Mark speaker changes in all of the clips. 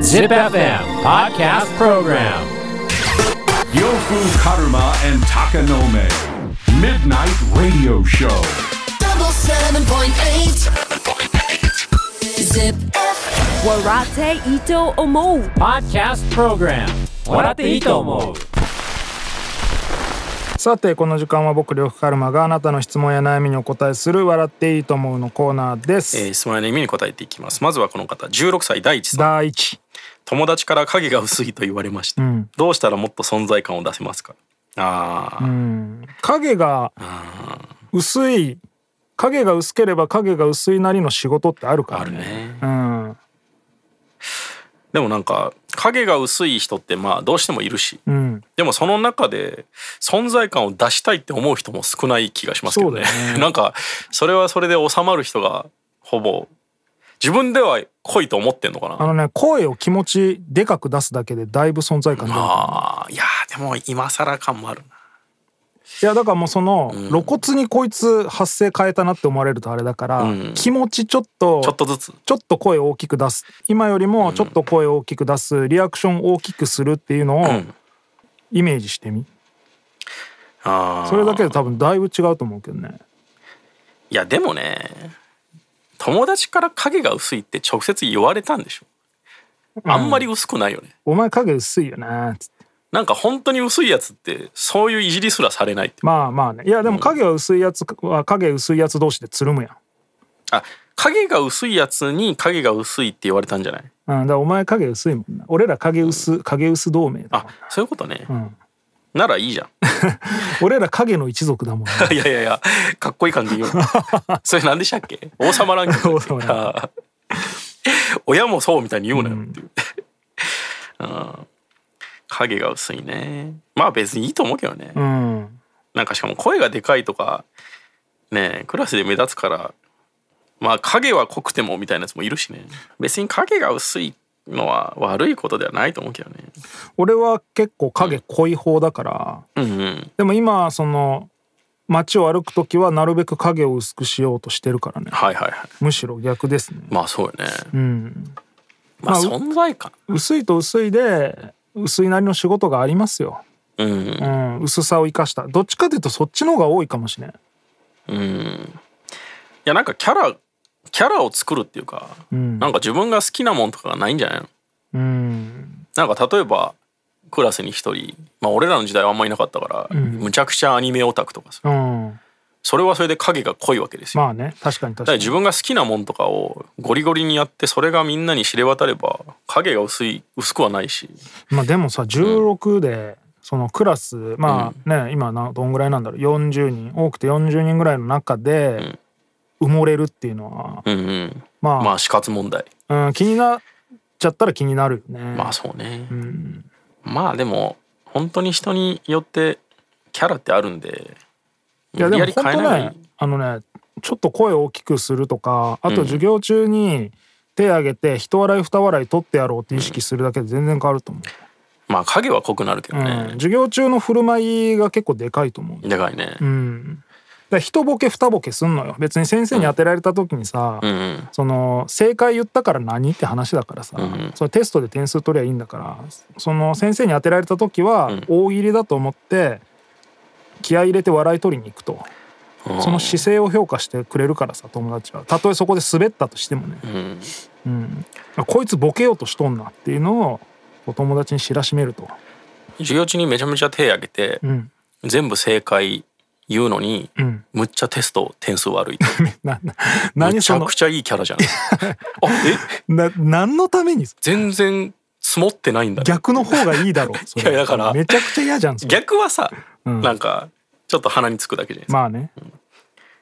Speaker 1: Zip FM Podcast Program
Speaker 2: Yofu Karuma and Takanome. Midnight Radio Show.
Speaker 3: double seven point eight. Zip.
Speaker 4: Warate Ito Omo.
Speaker 1: Podcast Program 笑っていいと思う
Speaker 5: さてこの時間は僕呂布カルマがあなたの質問や悩みにお答えする「笑っていいと思う」のコーナーです、
Speaker 6: えー質問や悩みに答えていきますまずはこの方16歳第一さん
Speaker 5: 第一
Speaker 6: 友達から影が薄いと言われました、
Speaker 5: ん
Speaker 6: どうしたらもっと存在感を出せますかあー、
Speaker 5: 影が薄い影が薄ければ影が薄いなりの仕事ってあるか
Speaker 6: あ
Speaker 5: ら
Speaker 6: る
Speaker 5: ね
Speaker 6: ね
Speaker 5: うん
Speaker 6: でもなんか影が薄い人ってまあどうしてもいるし、
Speaker 5: うん
Speaker 6: でもその中で存在感を出したいって思う人も少ない気がしますけどね
Speaker 5: そうだよね
Speaker 6: なんかそれはそれで収まる人がほぼ自分では濃いと思ってんのかな
Speaker 5: あのね声を気持ちでかく出すだけでだいぶ存在感出る
Speaker 6: あーいやーでも今更感もあるない
Speaker 5: やだからもうその露骨にこいつ発声変えたなって思われるとあれだから、
Speaker 6: うん
Speaker 5: 気持ちちょっと
Speaker 6: ちょっとずつ
Speaker 5: ちょっと声を大きく出す今よりもちょっと声を大きく出すリアクションを大きくするっていうのを
Speaker 6: ん
Speaker 5: イメージしてみ
Speaker 6: あー
Speaker 5: それだけで多分だいぶ違うと思うけどね
Speaker 6: いやでもね友達から影が薄いって直接言われたんでしょあんまり薄くないよね、
Speaker 5: 「お前影薄いよね」つって
Speaker 6: なんか本当に薄いやつってそういういじりすらされないって
Speaker 5: まあまあねいやでも影は薄いやつは影薄いやつ同士でつるむや
Speaker 6: あ影が薄いやつに影が薄いって言われたんじゃない
Speaker 5: ん、うん、だからお前影薄いもんな俺ら影薄影薄同盟だ
Speaker 6: あそういうことね、
Speaker 5: ん
Speaker 6: ならい いじゃん
Speaker 5: 俺ら影の一族だもんね
Speaker 6: いやいやいやかっこいい感じ言う なそれなんでしたっけ王様ランキングだっけ
Speaker 5: 王様ラ
Speaker 6: 親もそうみたいに言うなよっていう、 うん影が薄いねまあ別にいいと思うけどね、
Speaker 5: うん
Speaker 6: なんかしかも声がでかいとかねえクラスで目立つからまあ影は濃くてもみたいなやつもいるしね別に影が薄いのは悪いことではないと思うけどね
Speaker 5: 俺は結構影濃い方だから、
Speaker 6: うんうん
Speaker 5: でも今その街を歩く時はなるべく影を薄くしようとしてるからね
Speaker 6: はいはいはい
Speaker 5: むしろ逆ですね
Speaker 6: まあそうよね
Speaker 5: うん
Speaker 6: ま
Speaker 5: ま
Speaker 6: あ
Speaker 5: あう
Speaker 6: 存在感
Speaker 5: 薄いと薄いで薄いなりの仕事がありますよ、
Speaker 6: うん
Speaker 5: う、
Speaker 6: うん
Speaker 5: 薄さを生かしたどっちかというとそっちの方が多いかもしれん
Speaker 6: んいやなんかキャラキャラを作るっていうか、なんか自分が好きなもんとかがないんじゃないの
Speaker 5: うん
Speaker 6: なんか例えばクラスに一人まあ俺らの時代はあんまいなかったから、むちゃくちゃアニメオタクとかさ
Speaker 5: うん
Speaker 6: それはそれで影が濃いわけですよ
Speaker 5: まあね確かに確
Speaker 6: だか
Speaker 5: からに
Speaker 6: 自分が好きなもんとかをゴリゴリにやってそれがみんなに知れ渡れば影が薄い薄くはないし
Speaker 5: まあでもさ16でそのクラスまあね、今などんぐらいなんだろう40人多くて40人ぐらいの中で埋もれるっていうのは、
Speaker 6: うんうん
Speaker 5: まあ
Speaker 6: まあ死活問題
Speaker 5: うん、気になっちゃったら気になるよね。
Speaker 6: まあそうね、まあでも本当に人によってキャラってあるんで
Speaker 5: いや
Speaker 6: 無
Speaker 5: で
Speaker 6: 理や
Speaker 5: も
Speaker 6: り
Speaker 5: 本
Speaker 6: 変え
Speaker 5: 当
Speaker 6: ない
Speaker 5: ねあのねちょっと声を大きくするとかあと授業中に手挙げて一笑い二笑い取ってやろうって意識するだけで全然変わると思
Speaker 6: まあ影は濃くなるけど
Speaker 5: う、うん
Speaker 6: ね、
Speaker 5: 授業中の振る舞いが結構でかいと思うだか
Speaker 6: でかいね、
Speaker 5: ら一ボケ二ボケすんのよ別に先生に当てられた時にさ、
Speaker 6: うんうん、
Speaker 5: その正解言ったから何って話だからさ、そのテストで点数取りゃいいんだからその先生に当てられた時は大喜利だと思って気合い入れて笑い取りに行くと、その姿勢を評価してくれるからさ友達はたとえそこで滑ったとしてもね、うんあこいつボケようとしとんなっていうのをお友達に知らしめると、
Speaker 6: 授業中にめちゃめちゃ手挙げて、
Speaker 5: うん、
Speaker 6: 全部正解言うのに、
Speaker 5: ん
Speaker 6: むっちゃテスト点数悪いって
Speaker 5: なな
Speaker 6: む
Speaker 5: 何
Speaker 6: ち
Speaker 5: そ
Speaker 6: ゃ
Speaker 5: の
Speaker 6: くちゃいいキャ ラじゃんあえ
Speaker 5: な何のために
Speaker 6: 全然積もってないんだね
Speaker 5: 逆の方がいいだろうそれ
Speaker 6: いやだから
Speaker 5: めちゃくちゃ嫌じゃんそれ
Speaker 6: 逆はさ、なんかちょっと鼻につくだけじゃないですか、
Speaker 5: まあね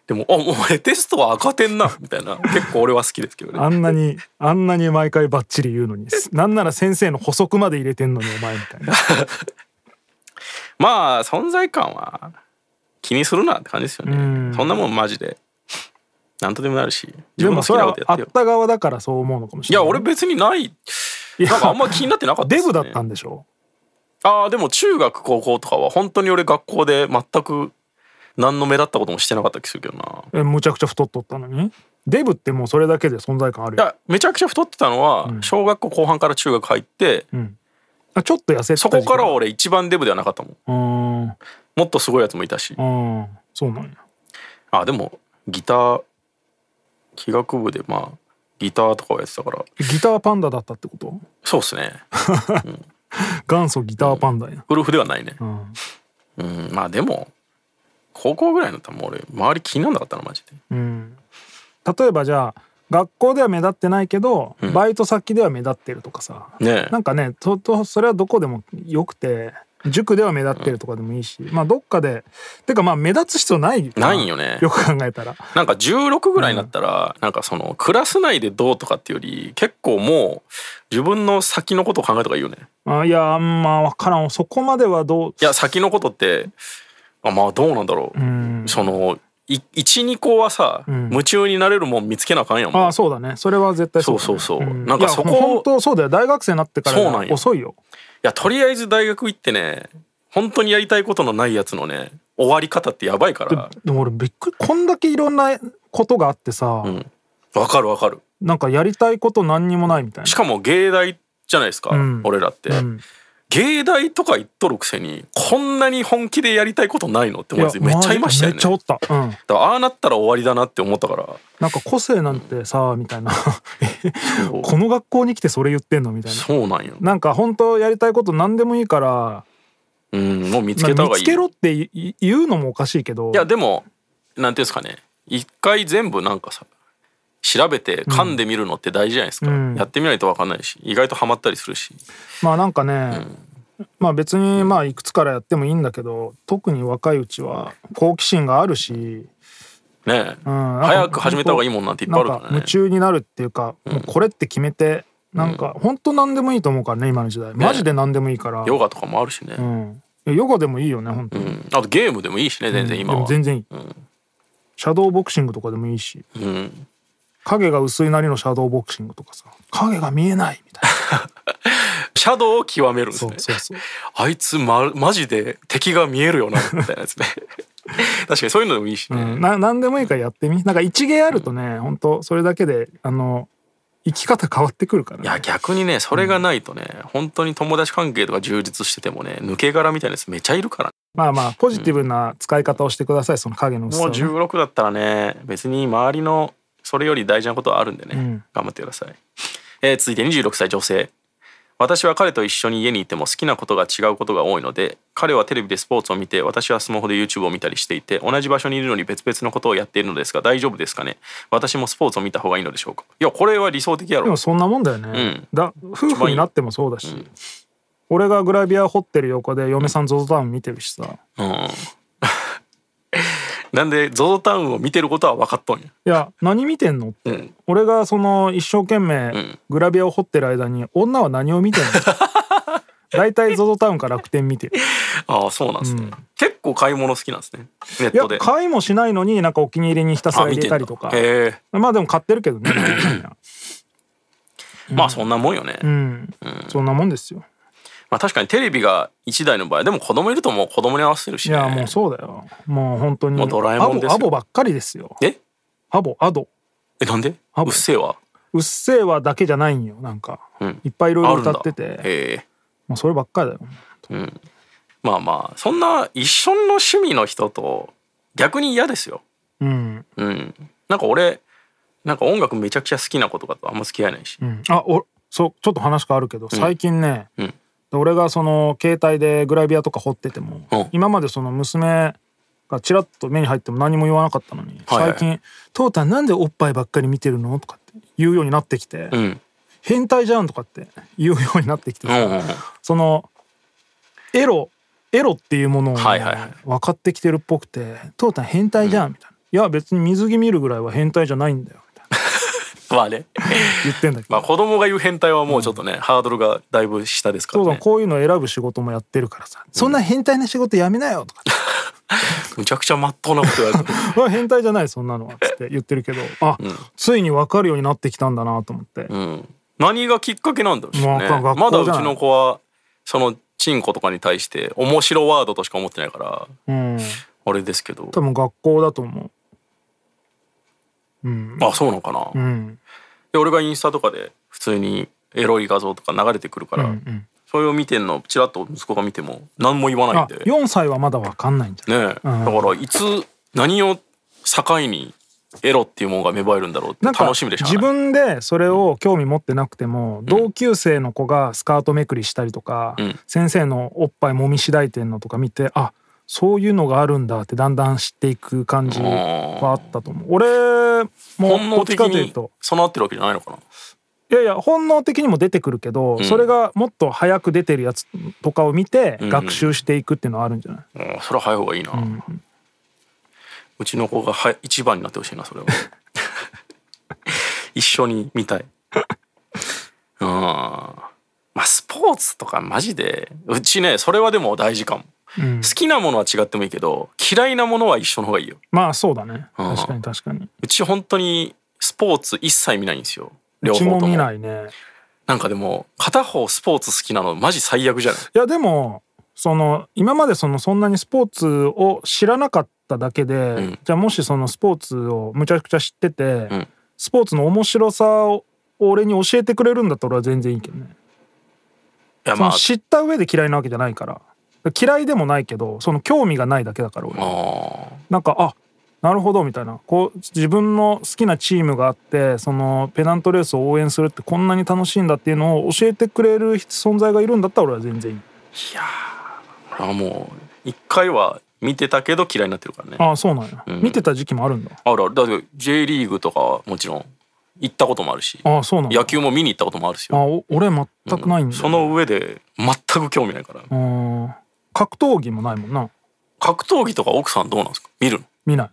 Speaker 6: でも「あお前テストは赤点な」みた いな結構俺は好きですけどね
Speaker 5: あんなに、あんなに毎回バッチリ言うのに、なんなら先生の補足まで入れてんのにお前みたいな。
Speaker 6: まあ存在感は気にするなって感じですよね、
Speaker 5: ん
Speaker 6: そんなもんマジでなんとでもなるし 自
Speaker 5: で
Speaker 6: 分
Speaker 5: も
Speaker 6: の
Speaker 5: それ
Speaker 6: 好きなこ
Speaker 5: は
Speaker 6: とや
Speaker 5: あ
Speaker 6: っ
Speaker 5: って
Speaker 6: よ
Speaker 5: た側だからそう思うのかもし
Speaker 6: い
Speaker 5: れな
Speaker 6: や
Speaker 5: い。
Speaker 6: 俺別にない
Speaker 5: いや
Speaker 6: なんかあんま気になってなかった
Speaker 5: デ
Speaker 6: す
Speaker 5: ブ
Speaker 6: ね
Speaker 5: だったんでしょ
Speaker 6: ああでも中学高校とかは本当に俺学校で全く何の目立ったこともしてなかった気するけどな
Speaker 5: えむちゃくちゃ太っとったのにデブってもうそれだけで存在感ある
Speaker 6: い
Speaker 5: よ
Speaker 6: やめちゃくちゃ太ってたのは小学校後半から中学入って、
Speaker 5: あちょっと痩せてた
Speaker 6: そ
Speaker 5: 時期
Speaker 6: こからは俺一番デブではなかったもん
Speaker 5: うーん
Speaker 6: もっとすごいやつもいたし
Speaker 5: うんそうなんや
Speaker 6: あでもギター器楽部でまあギターとかをやってたから
Speaker 5: ギターパンダだったってこと
Speaker 6: そうっすね
Speaker 5: 元祖ギターパンダや、
Speaker 6: ウルフではないね
Speaker 5: うん
Speaker 6: うんまあでも高校ぐらいになったらもう俺周り気になんなかったなマジで
Speaker 5: うん、例えばじゃあ学校では目立ってないけど、バイト先では目立ってるとかさ、
Speaker 6: ねえ
Speaker 5: なんかねととそれはどこでもよくて塾では目立ってるとかでもいいし、まあどっかでてかまあ目立つ必要ない
Speaker 6: ないよね
Speaker 5: よく考えたら
Speaker 6: なんか16ぐらいになったら、なんかそのクラス内でどうとかっていうより結構もう自分の先のことを考えた方がいいよね
Speaker 5: あいやあんま分からんそこまではどう
Speaker 6: いや先のことってあまあどうなんだろう、その12個はさ、夢中になれるもん見つけなあかんやもん
Speaker 5: ああそうだねそれは絶対だね
Speaker 6: そうそうそうんなんかそこ
Speaker 5: いや本当そうだよ大学生になってか
Speaker 6: そうなん
Speaker 5: ら
Speaker 6: よ
Speaker 5: 遅いよ
Speaker 6: いやとりあえず大学行ってね本当にやりたいことのないやつのね終わり方ってやばいから
Speaker 5: でも俺びっくりこんだけいろんなことがあってさ、
Speaker 6: わかるわかる
Speaker 5: なんかやりたいこと何にもないみたいな
Speaker 6: しかも芸大じゃないですか、
Speaker 5: ん
Speaker 6: 俺らって、芸大とか行っとるくせにこんなに本気でやりたいことないのって思うやつめっちゃいましたよ
Speaker 5: め
Speaker 6: ね
Speaker 5: っちゃお
Speaker 6: だか
Speaker 5: った、うん、
Speaker 6: らああなったら終わりだなって思ったから
Speaker 5: なんか個性なんてさみたいな この学校に来てそれ言ってんのみたいな
Speaker 6: そうなんよ、
Speaker 5: なんか本当やりたいこと何でもいいから
Speaker 6: うん、もう見つ
Speaker 5: まあ
Speaker 6: けた方
Speaker 5: 見
Speaker 6: がい
Speaker 5: つ
Speaker 6: い
Speaker 5: けろっていい言うのもおかしいけど
Speaker 6: いやでもなんていうんですかね一回全部なんかさ調べて噛んでみるのって大事じゃないですか、
Speaker 5: うん
Speaker 6: やってみないと分かんないし意外とハマったりするし
Speaker 5: まあなんかね、まあ別にまあいくつからやってもいいんだけど特に若いうちは好奇心があるし、
Speaker 6: ねえ、
Speaker 5: うん、なんか
Speaker 6: 早く始めた方がいいもんなんていっぱいある
Speaker 5: なん
Speaker 6: か
Speaker 5: から
Speaker 6: ね
Speaker 5: 夢中になるっていうか、もうこれって決めてなんか本当何でもいいと思うからね今の時代マジで何でもいいから、
Speaker 6: ヨガとかもあるしね、う
Speaker 5: うんん、いやヨガでもいいよね本当に、
Speaker 6: あとゲームでもいいしね全然今
Speaker 5: で
Speaker 6: は、
Speaker 5: も全然いい、シャドーボクシングとかでもいいし
Speaker 6: うん
Speaker 5: 影が薄いなりのシャドーボクシングとかさ影が見えないみたいな
Speaker 6: シャドウを極めるんです
Speaker 5: そう
Speaker 6: ね
Speaker 5: そうそう
Speaker 6: あいつ、ま、マジで敵が見えるよなみたいなやつね 確かにそういうのでもいいしね、
Speaker 5: うんな何でもいいからやってみなんか一芸あるとね、本当それだけであの生き方変わってくるから、
Speaker 6: い
Speaker 5: ね、
Speaker 6: や逆にねそれがないとね、本当に友達関係とか充実しててもね抜け殻みたいなやつめちゃいるからね
Speaker 5: まあまあポジティブな使い方をしてくださいその影の薄
Speaker 6: も
Speaker 5: さ
Speaker 6: う
Speaker 5: をね、
Speaker 6: 16だったらね別に周りのそれより大事なことはあるんでね、
Speaker 5: ん
Speaker 6: 頑張ってください、えー続いて26歳女性私は彼と一緒に家にいても好きなことが違うことが多いので彼はテレビでスポーツを見て私はスマホで YouTube を見たりしていて同じ場所にいるのに別々のことをやっているのですが大丈夫ですかね私もスポーツを見た方がいいのでしょうかいやこれは理想的や
Speaker 5: で
Speaker 6: ろ
Speaker 5: もそんなもんだよね、
Speaker 6: ん
Speaker 5: だ夫婦になってもそうだし、俺がグラビア掘ってる横で嫁さん ZOZO タウン見てるしさ、
Speaker 6: うんなんで ZOZO タウンを見てることは分かっとんや
Speaker 5: いや何見てんのって、
Speaker 6: うん
Speaker 5: 俺がその一生懸命
Speaker 6: ん
Speaker 5: グラビアを掘ってる間に女は何を見てん の大体 ZOZO タウンか楽天見てる
Speaker 6: ああそうなんですね、結構買い物好きなんですねネッ
Speaker 5: いや
Speaker 6: トで
Speaker 5: 買いもしないのになんかお気に入りにひたすら
Speaker 6: あ見
Speaker 5: 入
Speaker 6: て
Speaker 5: れ
Speaker 6: ん
Speaker 5: た
Speaker 6: だ
Speaker 5: りとか
Speaker 6: へえ
Speaker 5: まあでも買ってるけ どね
Speaker 6: まあそんなもんよね、
Speaker 5: うん、そんなもんですよ
Speaker 6: まあ確かにテレビが1台の場合でも子供いるともう子供に合わせてるし、
Speaker 5: い
Speaker 6: ね、
Speaker 5: やもうそうだよもう本当に
Speaker 6: もうドラえもんですよ
Speaker 5: アボアボばっかりですよ
Speaker 6: え
Speaker 5: アボアド
Speaker 6: えなんで
Speaker 5: あ
Speaker 6: うっせえわ
Speaker 5: うっせえわだけじゃないんよなんか、
Speaker 6: うん
Speaker 5: いっぱいいろい
Speaker 6: あ
Speaker 5: ろ
Speaker 6: るんだ
Speaker 5: 歌って
Speaker 6: へ
Speaker 5: て
Speaker 6: え
Speaker 5: もうそればっかりだよ
Speaker 6: まあまあそんな一緒の趣味の人と逆に嫌ですよ
Speaker 5: うん、
Speaker 6: うんなんか俺なんか音楽めちゃくちゃ好きな子とかとあんま付き合えないし、
Speaker 5: うん、あおそうちょっと話変わるけど最近ね、
Speaker 6: うん
Speaker 5: 俺がその携帯でグラビアとか掘ってても、
Speaker 6: うん
Speaker 5: 今までその娘がちらっと目に入っても何も言わなかったのに、
Speaker 6: はいはい
Speaker 5: 最近「父さんなんでおっぱいばっかり見てるの?」とかって言うようになってきて「
Speaker 6: うん
Speaker 5: 変態じゃん」とかって言うようになってきて
Speaker 6: うん
Speaker 5: さ、
Speaker 6: うんうん
Speaker 5: そのエロエロっていうものをね、
Speaker 6: はいはいはい
Speaker 5: 分かってきてるっぽくて「父さん変態じゃん」みたいな「いや別に水着見るぐらいは変態じゃないんだよ」みたいな
Speaker 6: まあね
Speaker 5: 言ってんだけど。
Speaker 6: まあ子供が言う変態はもうちょっとね、ハードルがだいぶ下ですから
Speaker 5: そうだ
Speaker 6: ね
Speaker 5: こういうの選ぶ仕事もやってるからさ、そんな変態な仕事やめなよと かって
Speaker 6: むちゃくちゃまっとうなことやる
Speaker 5: 「うわ変態じゃないそんなのは」つって言ってるけどあ、ついに分かるようになってきたんだなと思って、
Speaker 6: うん何がきっかけなんだろう
Speaker 5: まあ
Speaker 6: ね
Speaker 5: 学校じゃない
Speaker 6: まだうちの子はそのチンコとかに対して面白ワードとしか思ってないから
Speaker 5: うん
Speaker 6: あれですけど
Speaker 5: 多分学校だと思
Speaker 6: あそうなのかな、
Speaker 5: ううん
Speaker 6: で俺がインスタとかで普通にエロい画像とか流れてくるから、それを見てんのチラッと息子が見ても何も言わないん
Speaker 5: あ
Speaker 6: でね
Speaker 5: 4歳はまだわかんないんじゃない、
Speaker 6: えだからいつ何を境にエロっていうものが芽生えるんだろうって
Speaker 5: なんか
Speaker 6: 楽しみでしょう
Speaker 5: 自分でそれを興味持ってなくても、同級生の子がスカートめくりしたりとか、
Speaker 6: ん
Speaker 5: 先生のおっぱいもみしだいてんのとか見てあそういうのがあるんだってだんだん知っていく感じはあったと思う俺
Speaker 6: 本
Speaker 5: もこ
Speaker 6: 能
Speaker 5: っち
Speaker 6: 的
Speaker 5: かという
Speaker 6: に
Speaker 5: と
Speaker 6: 備わってるわけじゃないのかない
Speaker 5: やいや本能的にも出てくるけど、それがもっと早く出てるやつとかを見て学習していくっていうのはあるんじゃない、
Speaker 6: うんそれは早い方がいいな、うちの子がは一番になってほしいなそれは 一緒に見たいうんまあスポーツとかマジでうちねそれはでも大事かも、好きなものは違ってもいいけど嫌いなものは一緒の方がいいよ
Speaker 5: まあそうだね
Speaker 6: うん
Speaker 5: 確かに確かに
Speaker 6: うち本当にスポーツ一切見ないんですよ
Speaker 5: う
Speaker 6: 両
Speaker 5: ち
Speaker 6: 方
Speaker 5: も
Speaker 6: と
Speaker 5: 見
Speaker 6: も
Speaker 5: ないね
Speaker 6: なんかでも片方スポーツ好きなのマジ最悪じゃない
Speaker 5: いやでもその今までそのそんなにスポーツを知らなかっただけで、
Speaker 6: ん
Speaker 5: じゃあもしそのスポーツをむちゃくちゃ知ってて、
Speaker 6: ん
Speaker 5: スポーツの面白さを俺に教えてくれるんだったら俺は全然いいけどね、
Speaker 6: いや
Speaker 5: そ
Speaker 6: ま
Speaker 5: の
Speaker 6: あ
Speaker 5: 知った上で嫌いなわけじゃないから嫌いでもないけどその興味がないだけだから俺
Speaker 6: あ
Speaker 5: なんかあなるほどみたいなこう自分の好きなチームがあってそのペナントレースを応援するってこんなに楽しいんだっていうのを教えてくれる存在がいるんだったら俺は全然いい
Speaker 6: ー俺はもう一回は見てたけど嫌いになってるからね
Speaker 5: ああそうなんや、見てた時期もあるんだ
Speaker 6: あるあるだって J リーグとかはもちろん行ったこともあるし
Speaker 5: ああそうなんだ
Speaker 6: 野球も見に行ったこともあるし
Speaker 5: あお俺全くないんだ、
Speaker 6: その上で全く興味ないから
Speaker 5: うん格闘技もないもんな
Speaker 6: 格闘技とか奥さんどうなんですか見るの
Speaker 5: 見ない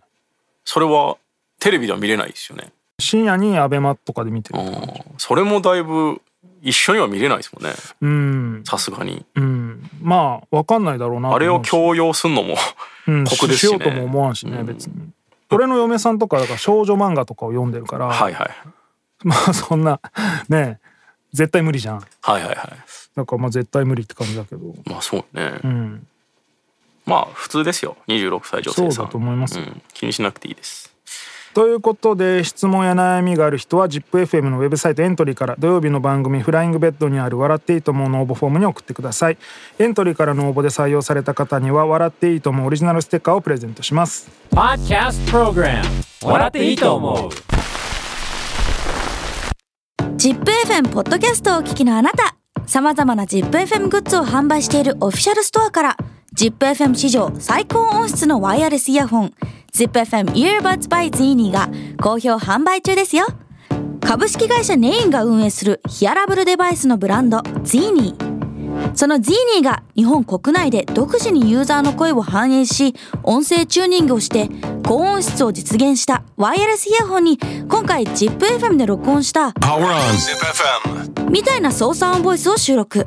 Speaker 6: それはテレビでは見れないですよね
Speaker 5: 深夜にアベマとかで見てる
Speaker 6: うんそれもだいぶ一緒には見れないですもんね
Speaker 5: うん
Speaker 6: さすがに
Speaker 5: うんまあ分かんないだろうなと思うし
Speaker 6: あれを強要すんのも
Speaker 5: うん
Speaker 6: 酷です
Speaker 5: し
Speaker 6: し
Speaker 5: よ
Speaker 6: ね
Speaker 5: うとも思わんしね別に、俺の嫁さんとかだから少女漫画とかを読んでるから、
Speaker 6: はいはい
Speaker 5: まあそんなねえ絶対無理じゃん
Speaker 6: はいはいはい
Speaker 5: だからまあ絶対無理って感じだけど
Speaker 6: まあそうね、
Speaker 5: うん
Speaker 6: まあ普通ですよ26歳女性さん
Speaker 5: そうだと思います
Speaker 6: うん、気にしなくていいです
Speaker 5: ということで質問や悩みがある人は ZIPFM のウェブサイトエントリーから土曜日の番組「フライングベッド」にある「笑っていいと思う」の応募フォームに送ってくださいエントリーからの応募で採用された方には「笑っていいと思う」オリジナルステッカーをプレゼントします
Speaker 1: Podcast Program 笑っていいと思う
Speaker 7: ジップ f m ポッドキャストをお聞きのあなた様々なジップ f m グッズを販売しているオフィシャルストアからジップ f m 史上最高音質のワイヤレスイヤホン ZIPFM Earbuds by Zini が好評販売中ですよ株式会社ネインが運営するヒアラブルデバイスのブランド Zini その Zini が日本国内で独自にユーザーの声を反映し、音声チューニングをして、高音質を実現したワイヤレスイヤホンに、今回 ZIPFM で録音した、みたいな操作音ボイスを収録。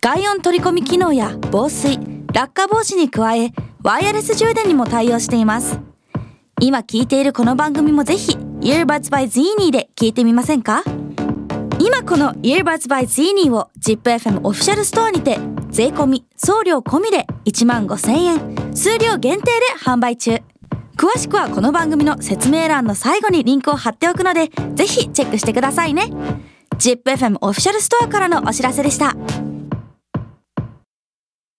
Speaker 7: 外音取り込み機能や防水、落下防止に加え、ワイヤレス充電にも対応しています。今聞いているこの番組もぜひ、Earbuds by Zini で聞いてみませんか今この Earbuds by Zini を ZIPFM オフィシャルストアにて税込み送料込みで1万5000円数量限定で販売中詳しくはこの番組の説明欄の最後にリンクを貼っておくのでぜひチェックしてくださいね ZIPFM オフィシャルストアからのお知らせでした